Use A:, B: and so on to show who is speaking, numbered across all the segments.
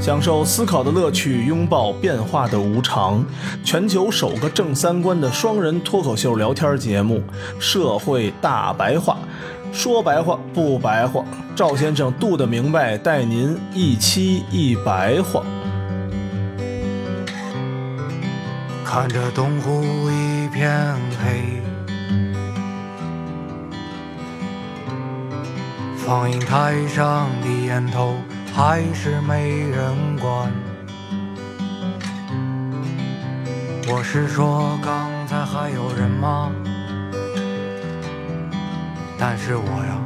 A: 享受思考的乐趣，拥抱变化的无常。全球首个正三观的双人脱口秀聊天节目《社会大白话》，说白话不白话，赵先生度的明白，带您一期一白话。
B: 看着东湖一片黑，放映台上的烟头还是没人管。我是说，刚才还有人吗？但是我呀，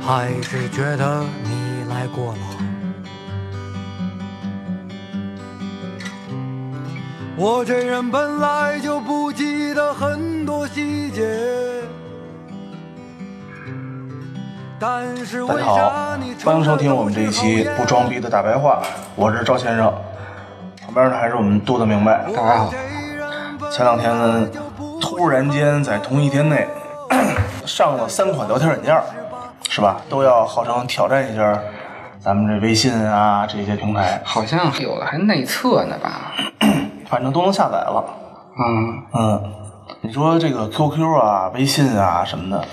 B: 还是觉得你来过了。我这人本来就不记得很多细节，但是
C: 大
B: 为
C: 家好
B: 啥你，
C: 欢迎收听我们这一期不装逼的大白话，我是赵先生，旁边呢还是我们杜的明白。
B: 大家好，
C: 前两天呢，突然间在同一天内 上了三款聊天软件儿，是吧？都要号称挑战一下咱们这微信啊这些平台，
D: 好像有的还内测呢吧？
C: 反正都能下载了。
D: 嗯，
C: 嗯，你说这个 QQ 啊、微信啊什么的，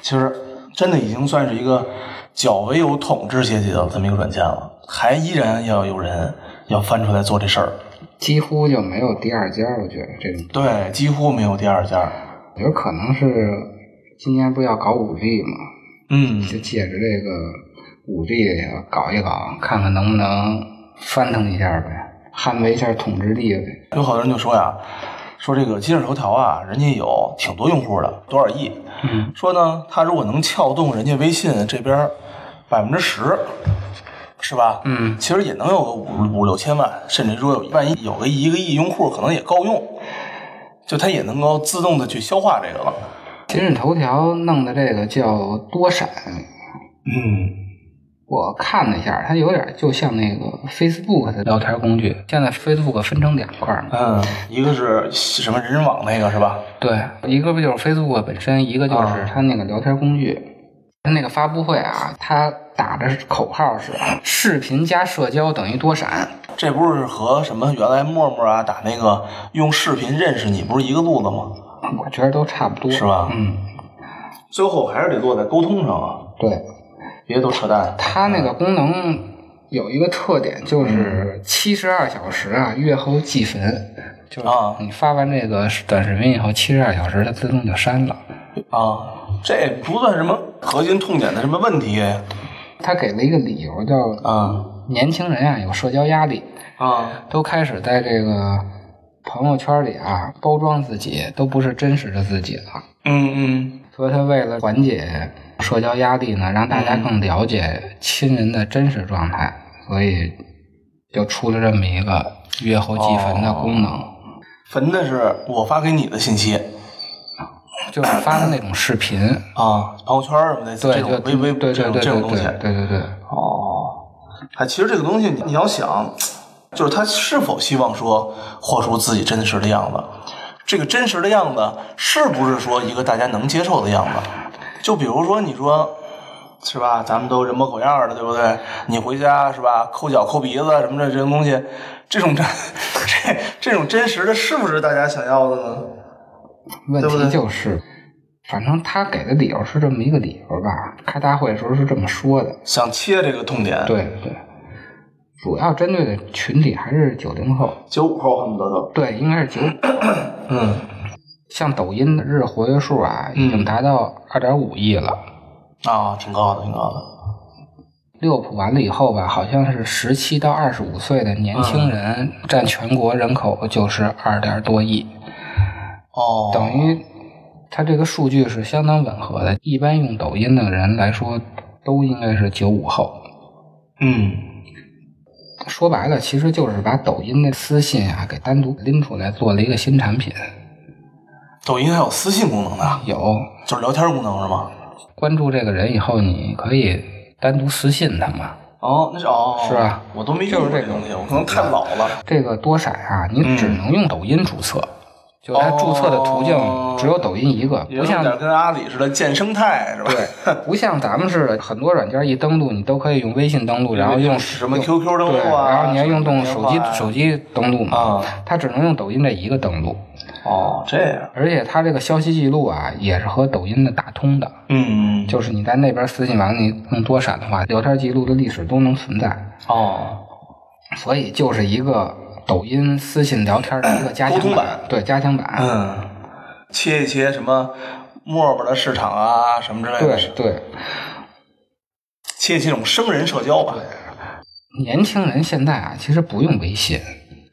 C: 其实真的已经算是一个较为有统治阶级的这么一个软件了，还依然要有人要翻出来做这事儿。
D: 几乎就没有第二家，我觉得这种，
C: 对，几乎没有第二家。
D: 我觉得可能是今年不要搞五 G 嘛，
C: 嗯，
D: 就借着这个五 G 搞一搞，看看能不能翻腾一下呗，捍卫一下统治地位。
C: 有好多人就说呀，说这个今日头条啊，人家有挺多用户的，多少亿。
D: 嗯，
C: 说呢，他如果能撬动人家微信这边百分之十，是吧？
D: 嗯
C: 其实也能有个五五六千万，甚至说有万一有个一个亿用户，可能也够用，就它也能够自动的去消化这个了。
D: 今日头条弄的这个叫多闪，
C: 嗯，
D: 我看了一下，它有点就像那个 Facebook 的聊天工具。现在 Facebook 分成两块儿嘛，
C: 嗯，一个是什么人人网那个是吧？
D: 对，一个不就是 Facebook 本身，一个就是
C: 啊
D: 它那个聊天工具。它那个发布会啊，它打的口号是“视频加社交等于多闪
C: 这不是和什么原来陌陌啊打那个用视频认识你不是一个路子吗？”，
D: 我觉得都差不多，
C: 是吧
D: 嗯，
C: 最后还是得落在沟通上啊，
D: 对，
C: 别都扯淡。
D: 它那
C: 嗯
D: 个功能有一个特点，就是七十二小时啊，月后计分，就是
C: 啊
D: 你发完这个短视频以后，七十二小时它自动就删了。
C: 啊，这不算什么核心痛点的什么问题
D: 它给了一个理由，叫
C: 啊
D: 年轻人啊有社交压力，
C: 啊
D: 都开始在这个朋友圈里啊包装自己，都不是真实的自己了。
C: 嗯嗯
D: 所以他为了缓解社交压力呢，让大家更了解亲人的真实状态，所以就出了这么一个月后积分的功
C: 哦
D: 能，
C: 分的是我发给你的信息
D: 就是发的那种视频，
C: 啊，朋友圈什么的
D: 对，
C: 这
D: 就
C: 种微微
D: 对
C: 这种
D: 对对
C: 这种
D: 对
C: 东
D: 对
C: 西
D: 对对对，
C: 哦。哎，其实这个东西你你要想，就是他是否希望说活出自己真实的样子，这个真实的样子是不是说一个大家能接受的样子？就比如说你说。是吧？咱们都人模狗样儿的，对不对？你回家是吧？抠脚、抠鼻子什么的，这种东西，这种真这这种真实的，是不是大家想要的呢？
D: 问
C: 对不对
D: 题就是。反正他给的理由是这么一个理由吧，开大会的时候是这么说的，
C: 想切这个痛点，，
D: 对对，呃主要针对的群体还是九零后，
C: 九五后恨不得都，
D: 对，应该是九。
C: 嗯，
D: 像抖音的日活跃数啊，已经达到二点五亿了。
C: 啊，挺高的，挺高的，
D: 利物浦完了以后吧，好像是十七到二十五岁的年轻人占全国人口就是二点多亿，
C: 哦，
D: 等于它这个数据是相当吻合的。一般用抖音的人来说，都应该是九五后。
C: 嗯，
D: 说白了，其实就是把抖音的私信啊给单独拎出来做了一个新产品。
C: 抖音还有私信功能呢，
D: 有
C: 就是聊天功能是吗？
D: 关注这个人以后，你可以单独私信他嘛。
C: 哦，那是哦，
D: 是吧
C: 我都没用过
D: 就是
C: 这
D: 这
C: 个
D: 个嗯
C: 东西，我可能太老了。
D: 这个多闪啊，你只能用抖音注册，就它注册的途径只有抖音一个，
C: 哦也
D: 不
C: 有
D: 像
C: 点跟阿里似的建生态是吧？
D: 对，不像咱们似的，很多软件一登录，你都可以用微信登录，然后用
C: 什么
D: 用
C: QQ 登录啊
D: 对然后你要用动
C: 什
D: 手
C: 么
D: 机
C: 电话呀
D: 手机登录嘛
C: 啊，
D: 它只能用抖音这一个登录，
C: 哦，这样，
D: 而且它这个消息记录啊，也是和抖音的打通的，
C: 嗯，
D: 就是你在那边私信完你弄多闪的话，聊天记录的历史都能存在，
C: 哦，
D: 所以就是一个抖音私信聊天的一个加强
C: 沟通版
D: 对加强版，
C: 嗯，切一切什么陌陌的市场啊，什么之类的，
D: 对对，
C: 切一切这种生人社交吧。
D: 年轻人现在啊，其实不用微信。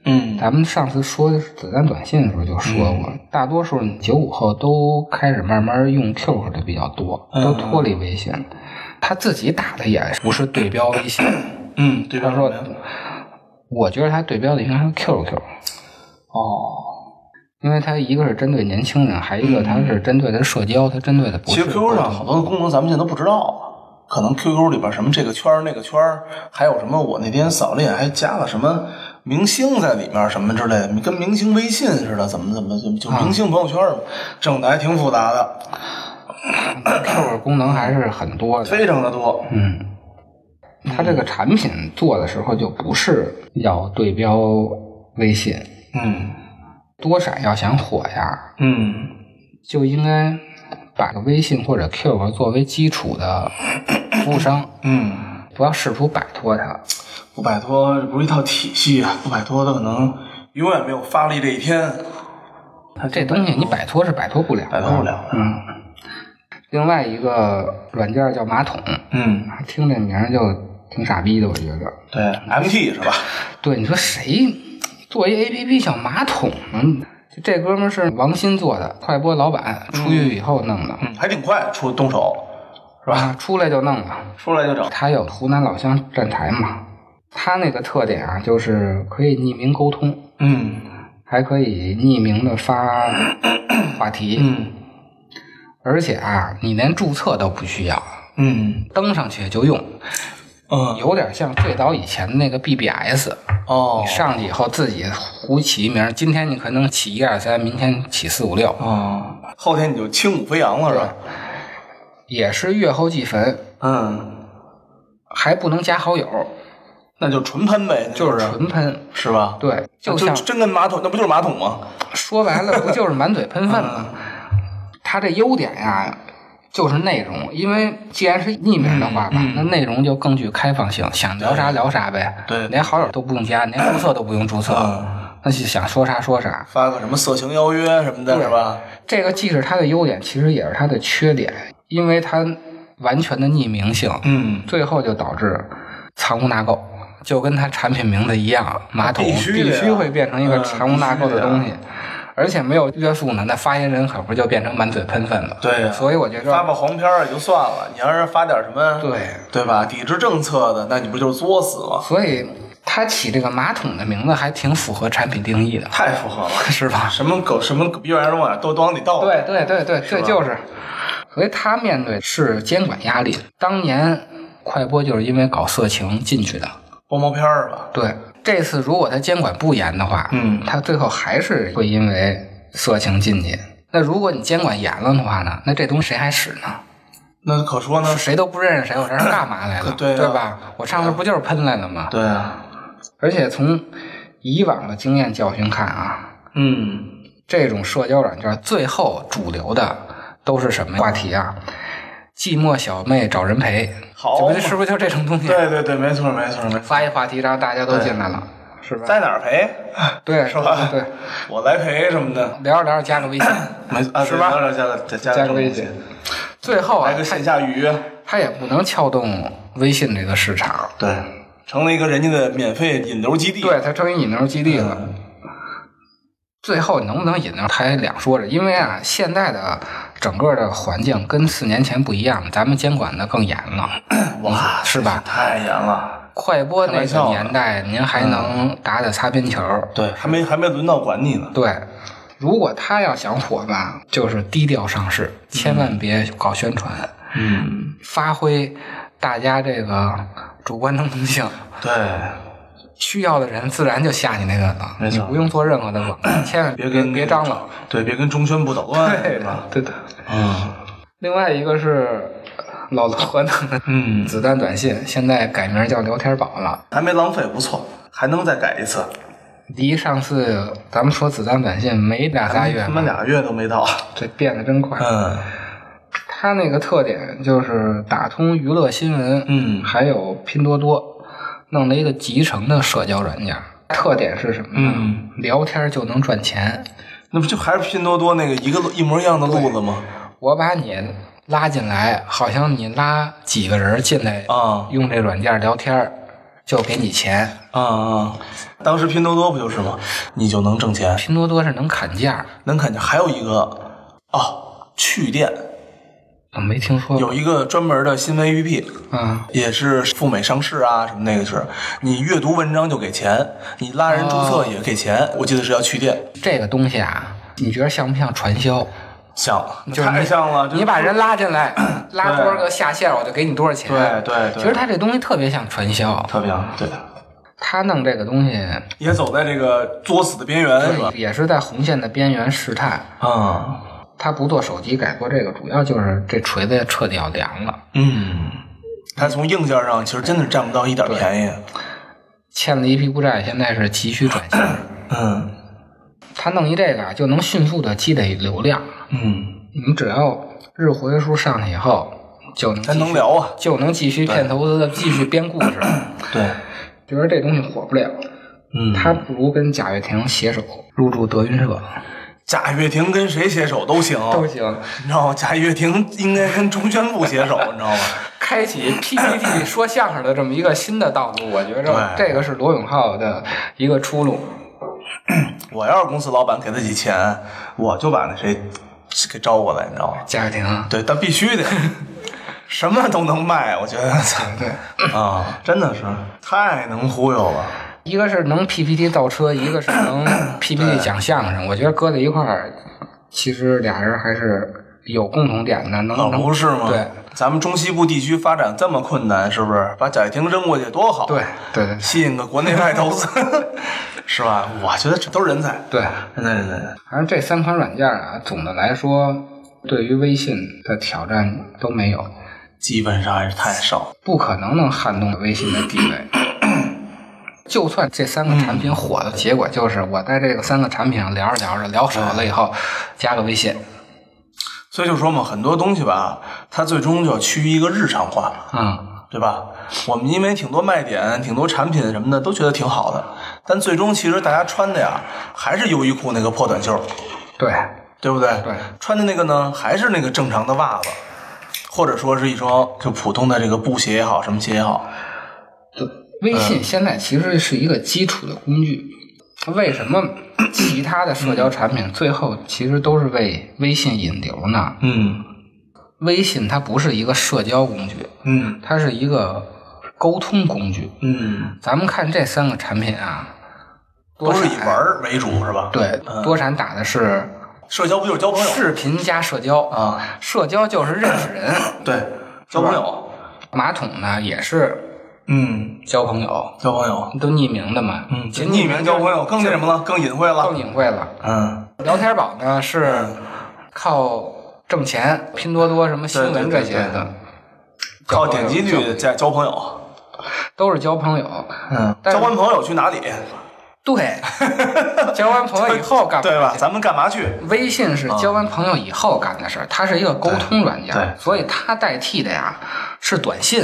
C: 嗯，
D: 咱们上次说子弹短信的时候就说过，大多数九五后都开始慢慢用 QQ 的比较多，
C: 嗯
D: 都脱离微信了。他自己打的也不是对标微信，
C: 嗯，对
D: 他
C: 方
D: 说，我觉得他对标的应该是 QQ，
C: 哦，
D: 因为他一个是针对年轻人，还一个他是针对的社交，他针对的不
C: 其
D: 是
C: 实 QQ 嗯上好多的功能咱们现在都不知道啊。可能 QQ 里边什么这个圈儿那个圈儿，还有什么我那天扫了一眼，还加了什么明星在里面什么之类的，跟明星微信似的，怎么怎么就就明星朋友圈儿嘛，整的还挺复杂的，
D: QQ 功能还是很多的。
C: 非常的多。
D: 嗯，他这个产品做的时候就不是要对标微信，
C: 嗯
D: 多闪要想火呀，
C: 嗯
D: 就应该把个微信或者 QQ 作为基础的服务商，
C: 嗯，
D: 不要试图摆脱它。
C: 不摆脱这不是一套体系啊，不摆脱它可能永远没有发力这一天，
D: 这东西你摆脱是摆脱不了，
C: 摆脱不。了的。
D: 嗯。另外一个软件叫马桶，
C: 嗯，
D: 听这名儿就挺傻逼的，我觉得。
C: 对，MT 是吧？
D: 对，你说谁做一 APP 叫马桶呢？这哥们儿是王鑫做的，快播老板出狱以后弄的，
C: 嗯，还挺快出动手，是吧？
D: 啊，出来就弄了。
C: 出来就整。
D: 他有湖南老乡站台嘛，他那个特点啊，就是可以匿名沟通，
C: 嗯
D: 还可以匿名的 发话题，
C: 嗯
D: 而且啊，你连注册都不需要，
C: 嗯
D: 登上去就用，
C: 嗯，
D: 有点像最早以前的那个 BBS，
C: 哦
D: 你上去以后自己胡起一名，今天你可能起一二三，明天起四五六，
C: 哦，后天你就轻舞飞扬了是吧？
D: 也是月后即焚，
C: 嗯，
D: 还不能加好友，
C: 那就纯喷呗，那
D: 就是纯喷，
C: 是吧？
D: 对，就像
C: 真跟马桶，那不就是马桶吗？
D: 说白了，不就是满嘴喷粪
C: 啊
D: 吗？它这优点呀、就是内容，因为既然是匿名的话吧，那内容就更具开放性，想聊啥聊啥呗。
C: 嗯对
D: 连好友都不用加，连注册都不用注册，
C: 嗯
D: 那就想说啥说啥。
C: 发个什么色情邀约什么的
D: 对
C: 是吧？
D: 这个既是它的优点，其实也是它的缺点，因为它完全的匿名性，
C: 嗯，
D: 最后就导致藏污纳垢，就跟它产品名字一样，马桶
C: 必须的呀
D: 须会变成一个
C: 嗯
D: 藏污纳垢的东
C: 必须
D: 西。而且没有约束呢，那发言人可不就变成满嘴喷粪了？
C: 对呀
D: 所以我觉
C: 发
D: 得，
C: 个黄片儿也就算了，你要是发点什么，
D: 对
C: 对吧？抵制政策的，那你不就是作死吗？
D: 所以他起这个马桶的名字还挺符合产品定义的，
C: 太符合了，
D: 是吧？
C: 什么狗什么狗逼玩意儿东西都都往里倒，
D: 对，对对对，这
C: 吧
D: 就是。所以他面对是监管压力。当年快播就是因为搞色情进去的，
C: 包毛片儿吧，
D: 对，这次如果他监管不严的话，
C: 嗯
D: 他最后还是会因为色情进去。那如果你监管严了的话呢？那这东西谁还使呢？
C: 那可说呢，
D: 谁都不认识谁，我这是干嘛来了？
C: 嗯对啊
D: 吧？我上次不就是喷来了吗？
C: 对啊，
D: 而且从以往的经验教训看啊，
C: 嗯，
D: 这种社交软件最后主流的都是什么话题啊？寂寞小妹找人陪，
C: 好
D: 这不就
C: 嘛
D: 是不是就这种东西？
C: 对对对，没错没错没错，
D: 发一话题，然后大家都进来了，是吧？
C: 在哪儿陪？
D: 对，
C: 是吧
D: 对，
C: 我来陪什么的，
D: 聊着聊着加 个微信。
C: 没啊，
D: 是吧
C: 对加个加加
D: 加
C: 个
D: 个
C: 正
D: 微
C: 东
D: 信
C: 西，
D: 最后啊
C: 哦来，个
D: 他
C: 线下预约，
D: 他也不能撬动微信这个市场，
C: 对，成了一个人家的免费引流基地，
D: 对，他成为引流基地了。最后能不能引流，他也两说着，因为啊，现在的整个的环境跟四年前不一样，咱们监管的更严 了，
C: 哇，
D: 是吧？
C: 太严了，
D: 快播那
C: 开玩
D: 个嗯
C: 笑
D: 年代，您还能打打擦边球，
C: 对，还没还没轮到管你呢，
D: 对。如果他要想火吧，就是低调上市，千万别搞宣传，
C: 嗯，
D: 发挥大家这个主观能动性，
C: 对，
D: 需要的人自然就下你那个了，
C: 没错
D: 你不用做任何的广 告，千万
C: 别跟
D: 别张罗。
C: 对，别跟中宣部捣乱，
D: 对
C: 吧？
D: 对的。
C: 嗯
D: 另外一个是呃老罗弄的
C: 嗯，
D: 子弹短信，现在改名叫聊天宝了。
C: 还没浪费，不错，还能再改一次。
D: 离上次咱们说子弹短信没俩仨月
C: 他妈
D: 嘛，
C: 俩月都没到。
D: 这变得真快。
C: 嗯
D: 它那个特点就是打通娱乐新闻，
C: 嗯
D: 还有拼多多，弄了一个集成的社交软件。特点是什么呢？
C: 嗯
D: 聊天就能赚钱。
C: 那不就还是拼多多那个一个路一模一样的路子吗？
D: 我把你拉进来，好像你拉几个人进来，
C: 啊
D: 用这软件聊天儿，就给你钱。
C: 啊啊！当时拼多多不就是吗？你就能挣钱，
D: 拼多多是能砍价，
C: 能看见还有一个哦，趣店
D: 我啊没听说
C: 有
D: 过。
C: 一个专门的新闻 APP，
D: 啊，
C: 也是赴美上市啊什么那个是，你阅读文章就给钱，你拉人注册也给钱，我记得是要去店，
D: 这个东西啊，你觉得像不像传销？
C: 像
D: 就是
C: 太
D: 你
C: 像了，
D: 你把人拉进来，拉多少个下线，我就给你多少钱。
C: 对对对
D: 其实他这东西特别像传销，
C: 特别像对，
D: 他弄这个东西
C: 也走在这个作死的边缘是吧？
D: 也是在红线的边缘试探。
C: 嗯
D: 他不做手机改过这个，主要就是这锤子彻底要凉了。
C: 嗯，他从硬件上其实真的占不到一点便宜，
D: 欠了一屁股债，现在是急需转型。
C: 嗯
D: 他弄一这个就能迅速的积累流量，
C: 嗯，
D: 你只要日活跃数上去以后，就能继
C: 咱
D: 续
C: 能聊啊，
D: 就能继续骗投资，继续编故事。
C: 对，
D: 觉得这东西火不了，
C: 嗯，
D: 他不如跟贾跃亭携手入驻德云社
C: 贾跃亭跟谁携手都行，
D: 都行，
C: 你知道吗？贾跃亭应该跟中宣部携手，你知道吗？
D: 开启 PPT 说相声的这么一个新的道路。我觉着
C: 对
D: 这个是罗永浩的一个出路。
C: 我要是公司老板给得起钱，我就把那谁给招过来，你知道吗？
D: 贾跃亭啊，
C: 对，但必须得，什么都能卖，我觉得，操
D: 对，
C: 啊，真的是太能忽悠了。
D: 一个是能 PPT 造车，一个是能 PPT 讲相声。我觉得搁在一块儿，其实俩人还是有共同点的，能
C: 可
D: 能
C: 不是吗？
D: 对，
C: 咱们中西部地区发展这么困难，是不是？把贾跃亭扔过去多好，
D: 对，对对
C: 吸引个国内外投资， 是吧？我觉得这都是人才，
D: 对。
C: 人才，人才人才。
D: 反正这三款软件啊，总的来说，对于微信的挑战都没有，
C: 基本上还是太少。
D: 不可能能撼动微信的地位。就算这三个产品火了，结果就是我在这个三个产品上聊着聊着聊少了以后，加个微信
C: 所以就说嘛，很多东西吧，它最终就要趋于一个日常化。
D: 啊、
C: 对吧？我们因为挺多卖点、挺多产品什么的都觉得挺好的，但最终其实大家穿的呀，还是优衣库那个破短袖，
D: 对，
C: 对不对？
D: 对
C: 穿的那个呢，还是那个正常的袜子，或者说是一双就普通的这个布鞋也好，什么鞋也好，
D: 微信现在其实是一个基础的工具。为什么其他的社交产品最后其实都是为微信引流呢？
C: 嗯
D: 微信它不是一个社交工具，
C: 嗯
D: 它是一个沟通工具。
C: 嗯，
D: 咱们看这三个产品啊，
C: 都
D: 多
C: 是以
D: 闪
C: 玩儿为主是吧？，
D: 对
C: 嗯
D: 多闪打的是
C: 社交不就是交朋友
D: 视频加社交，
C: 啊？
D: 社交就是认识人，
C: 对，交朋友，
D: 马桶呢也是
C: 嗯，
D: 交朋友，
C: 交朋友，
D: 都匿名的嘛，
C: 嗯，
D: 其实
C: 匿名交朋友更那什么了，更隐晦了
D: 更，隐晦了。
C: 嗯。
D: 聊天宝呢是靠挣钱，拼多多什么新
C: 对
D: 闻
C: 对对
D: 这些的，
C: 靠点击率
D: 交
C: 加交朋友，
D: 都是交朋友，
C: 嗯，
D: 但
C: 交
D: 是
C: 完朋友去哪里？
D: 对， 交完朋友以后干嘛？
C: 对吧？咱们干嘛去？
D: 微信是交完朋友以后干的事儿，它是一个沟通软
C: 对对
D: 件，所以它代替的呀是短信。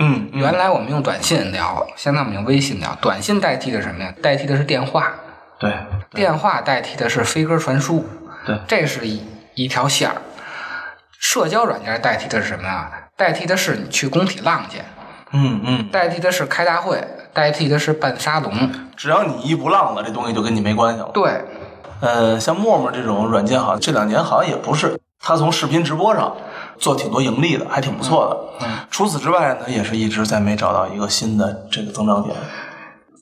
C: 嗯，
D: 原来我们用短信聊，现在我们用微信聊。短信代替的是什么呀？代替的是电话，
C: 对，
D: 电话代替的是飞鸽传书。
C: 对
D: 这是一一条线儿。社交软件代替的是什么呀？代替的是你去工体浪去，
C: 嗯嗯，
D: 代替的是开大会，代替的是办沙龙。
C: 只要你一不浪了，这东西就跟你没关系了。
D: 对，
C: 呃，像陌陌这种软件，好像这两年好像也不是，它从视频直播上做挺多盈利的，还挺不错的。除此之外呢，也是一直在没找到一个新的这个增长点。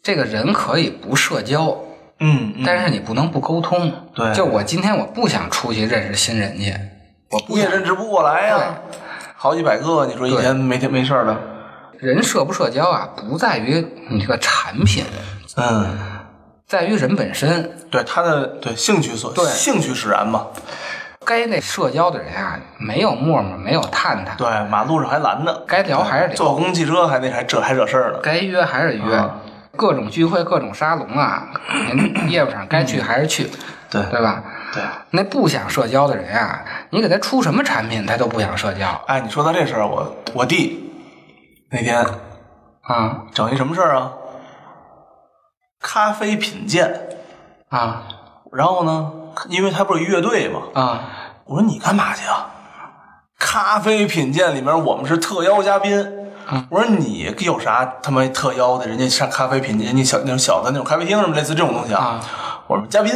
D: 这个人可以不社交，
C: 嗯，嗯
D: 但是你不能不沟通。
C: 对
D: 就我今天我不想出去认识新人去，我不
C: 你也
D: 想
C: 认识不过来呀、好几百个，你说一天没天没事儿的，
D: 人社不社交啊，不在于你这个产品，
C: 嗯，
D: 在于人本身。
C: 对他的对兴趣所
D: 对
C: 兴趣使然嘛。
D: 该那社交的人啊，没有陌陌，没有探探，
C: 对，马路上还拦呢，
D: 该聊还是聊
C: 坐公共汽车还那还这还惹事儿呢。
D: 该约还是约，
C: 啊
D: 各种聚会、各种沙龙啊，您业务上该去还是去，
C: 对
D: 对吧？
C: 对，
D: 那不想社交的人啊，你给他出什么产品，他都不想社交
C: 哎，你说到这事儿，我我弟那天
D: 啊
C: 整一什么事儿啊？咖啡品鉴，
D: 啊
C: 然后呢，因为他不是有乐队嘛，
D: 啊！
C: 我说你干嘛去啊？咖啡品鉴里面我们是特邀嘉宾。我说你有啥他妈特邀的？人家上咖啡品鉴，人家小那种小的那种咖啡厅什么类似这种东西啊。我说嘉宾，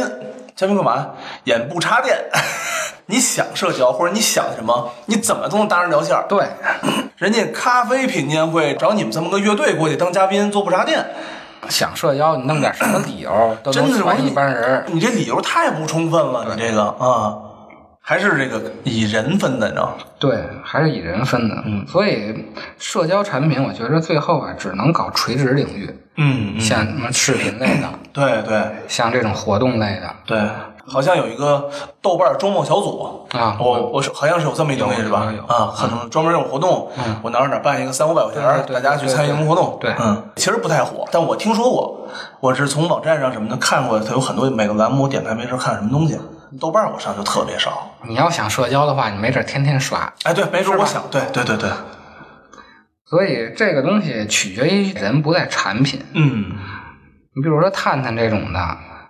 C: 嘉宾干嘛？眼部插电。 你想社交或者你想什么，你怎么都能搭上聊天儿。
D: 对，
C: 人家咖啡品鉴会找你们这么个乐队过去当嘉宾做不插电，
D: 想社交，你弄点什么理由都
C: 真
D: 能
C: 的是我
D: 传一帮人。
C: 你这理由太不充分了，你这个啊，还是这个以人分的，你知道吗？
D: 对，还是以人分的。
C: 嗯
D: 所以社交产品，我觉着最后啊，只能搞垂直领域，
C: 嗯，嗯
D: 像什么视频类的，
C: 对对
D: 像这种活动类的，
C: 对，好像有一个豆瓣周末小组
D: 啊
C: 我我是好像是有这嗯么一东西
D: 有
C: 是吧
D: 有有？
C: 啊，可能专门有活动，我哪儿哪儿办一个三五百块钱儿，
D: 对
C: 大
D: 对对
C: 家去参与
D: 对对
C: 活动。
D: 对
C: 嗯，其实不太火，但我听说过，我是从网站上什么的看过，它有很多每个栏目，我点开没事儿看什么东西。豆瓣儿我上就特别少，
D: 你要想社交的话，你没准天天刷。
C: 哎，对，没准我想，对对对对，
D: 所以这个东西取决于人，不在产品。
C: 嗯
D: 你比如说探探这种的，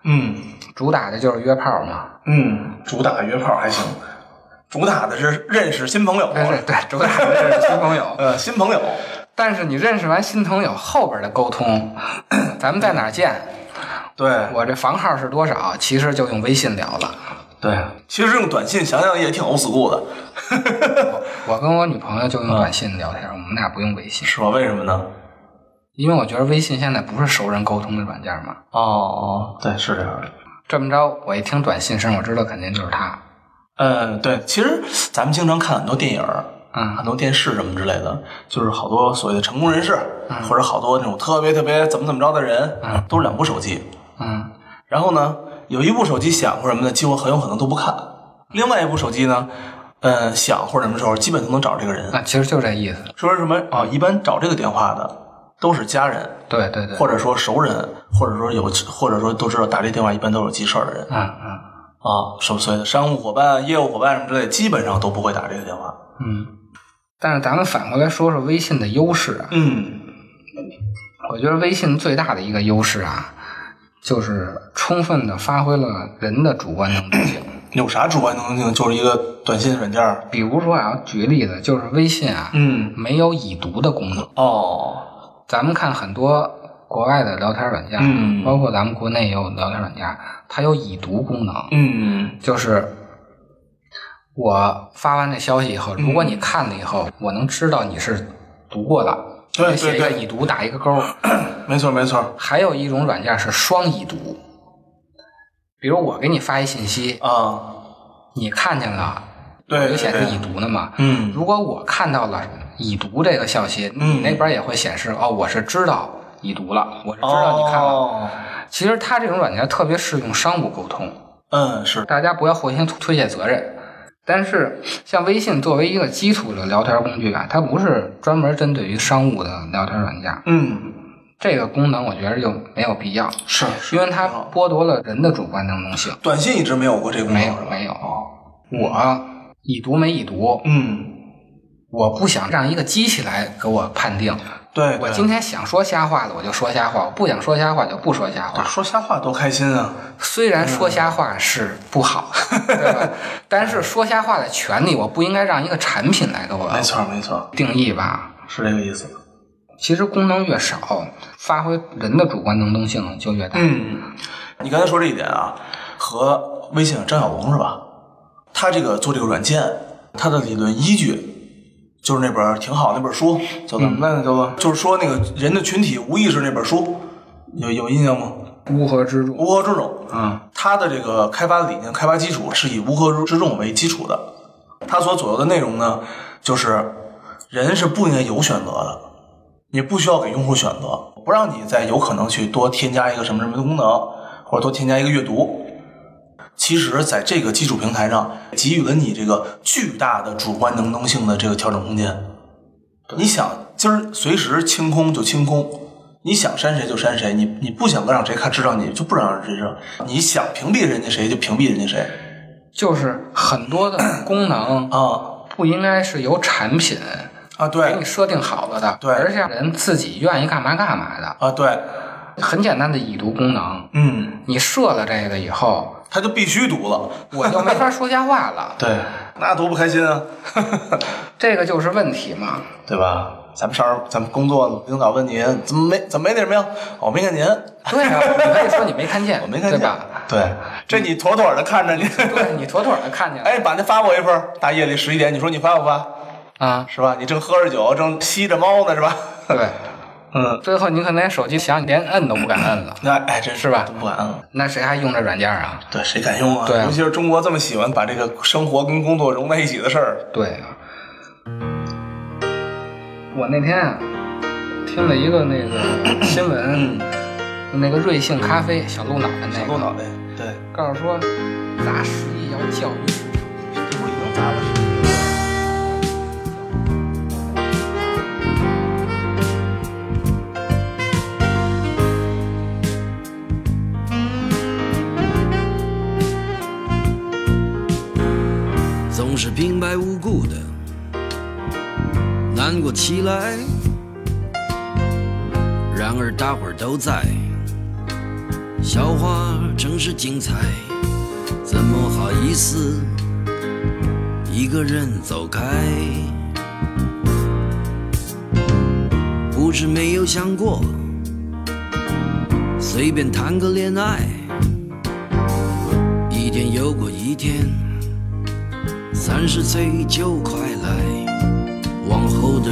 C: 嗯
D: 主打的就是约炮嘛，
C: 嗯，主打约炮还行，主打的是认识新朋友，
D: 对对对，主打的是新朋友。
C: 呃，新朋友，
D: 但是你认识完新朋友后边的沟通，咱们在哪儿见？
C: 对
D: 我这房号是多少？其实就用微信聊了。
C: 对，啊其实用短信想想也挺 old school 的，
D: 我跟我女朋友就
C: 嗯
D: 用短信聊天，我们俩不用微信，
C: 是吧？为什么呢？
D: 因为我觉得微信现在不是熟人沟通的软件嘛。
C: 哦，对，是这样的。
D: 这么着，我一听短信声，我知道肯定就是他。
C: 嗯，对，其实咱们经常看很多电影儿，啊
D: 嗯
C: 很多电视什么之类的，就是好多所谓的成功人士，或者好多那种特别特别怎么怎么着的人，
D: 嗯
C: 都是两部手机。
D: 嗯
C: 然后呢，有一部手机响或什么的，几乎很有可能都不看；另外一部手机呢，呃，响或者什么时候，基本都能找这个人。
D: 啊，其实就这意思。
C: 说什么啊、一般找这个电话的都是家人，
D: 对对对，
C: 或者说熟人，或者说有，或者说都知道打这电话一般都有急事儿的人
D: 嗯嗯
C: 啊，什么所谓的商务伙伴、业务伙伴什么之类，基本上都不会打这个电话。
D: 嗯。但是咱们反过来说说微信的优势啊，
C: 嗯，
D: 我觉得微信最大的一个优势啊，就是充分的发挥了人的主观能动性。
C: 有啥主观能动性？就是一个短信软件儿。
D: 比如说啊，举例子，就是微信啊，
C: 嗯，
D: 没有已读的功能。
C: 哦，
D: 咱们看很多国外的聊天软件，啊
C: 嗯
D: 包括咱们国内也有聊天软件，它有已读功能，
C: 嗯，
D: 就是我发完这消息以后，
C: 嗯
D: 如果你看了以后，我能知道你是读过的，
C: 对对
D: 写一个
C: 对
D: 已读打一个勾。
C: 没错没错
D: 还有一种软件是双已读，比如我给你发一信息，
C: 啊，
D: 你看见了，
C: 对
D: 就
C: 对
D: 显示已
C: 对，
D: 读呢嘛。
C: 嗯
D: 如果我看到了已读这个消息，
C: 嗯
D: 你那边也会显示哦，我是知道已读了，我是知道你看了。
C: 哦
D: 其实它这种软件特别适用商务沟通，
C: 嗯，是，
D: 大家不要互相推卸责任。但是像微信作为一个基础的聊天工具啊，它不是专门针对于商务的聊天软件，
C: 嗯，
D: 这个功能我觉得就没有必要，
C: 是，嗯
D: 因为它剥夺了人的主观能动性。
C: 短信一直没有过这个功能
D: 没有
C: 是吧
D: 没有，
C: 哦
D: 我已读没已读，
C: 嗯，
D: 我不想让一个机器来给我判定。
C: 对，
D: 我
C: 对
D: 今天想说瞎话了，我就说瞎话；我不想说瞎话，就不说瞎话。
C: 说瞎话多开心啊！
D: 虽然说瞎话是不好， 对 吧？但是说瞎话的权利，我不应该让一个产品来给我
C: 没错没错，
D: 定义吧。
C: 是这个意思。
D: 其实功能越少，发挥人的主观能动性就越大。
C: 嗯，你刚才说这一点啊，和微信上张小龙是吧？他这个做这个软件，他的理论依据就是那本儿挺好那本书，叫
D: 嗯
C: 什么来着？叫做就是说那个人的群体无意识那本书，有有印象吗？
D: 乌合之众，
C: 乌合之众，
D: 嗯，
C: 它的这个开发理念、开发基础是以乌合之众为基础的。它所左右的内容呢，就是人是不应该有选择的，你不需要给用户选择，不让你再有可能去多添加一个什么什么功能，或者多添加一个阅读。其实，在这个基础平台上，给予了你这个巨大的主观能动性的这个调整空间。你想今儿随时清空就清空，你想删谁就删谁，你你不想让谁看知道你就不让让谁知道，你想屏蔽人家谁就屏蔽人家谁
D: 就是很多的功能
C: 啊
D: 不应该是由产品
C: 啊
D: 给
C: 对
D: 你设定好了的，
C: 对
D: 而是让人自己愿意干嘛干嘛的。
C: 啊对，
D: 很简单的已读功能，
C: 嗯，
D: 你设了这个以后，
C: 他就必须读了，。
D: 我就没法说瞎话了
C: 对，那多不开心啊，
D: 这个就是问题嘛。
C: 对吧？咱们上班咱们工作，领导问你怎么没怎么没那什么呀？我没看您，
D: 对啊，你可以说你没看见，
C: 我没看见，
D: 对吧？
C: 对这你妥妥的看着你，
D: 对你妥妥的看见了
C: 哎，把那发我一份儿，大夜里十一点，你说你发不发？
D: 啊，
C: 是吧？你正喝着酒，正吸着猫呢，是吧？
D: 对。
C: 嗯，
D: 最后你可能连手机响，你连摁都不敢摁了，
C: 那哎，真
D: 是吧
C: 真不敢了。
D: 那谁还用这软件啊？
C: 对，谁敢用啊？
D: 对啊
C: 尤其是中国这么喜欢把这个生活跟工作融在一起的事儿，
D: 对啊，我那天啊听了一个那个新闻，那个瑞幸咖啡小鹿脑袋那
C: 小
D: 个
C: 鹿，脑袋。对，
D: 告诉说砸十亿要教育。
C: 这不已经砸了十年了？
E: 总是平白无故的难过起来。然而大伙儿都在，笑话真是精彩，怎么好意思一个人走开？不是没有想过，随便谈个恋爱，一天又过一天。三十岁就快来，往后的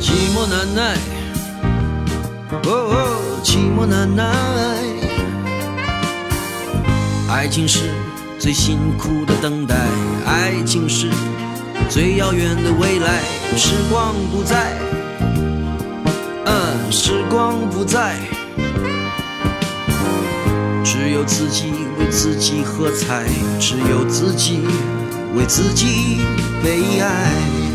E: 寂寞难耐，哦哦，寂寞难耐。爱情是最辛苦的等待，爱情是最遥远的未来。时光不再，嗯，时光不再。只有自己为自己喝彩，只有自己为自己悲哀。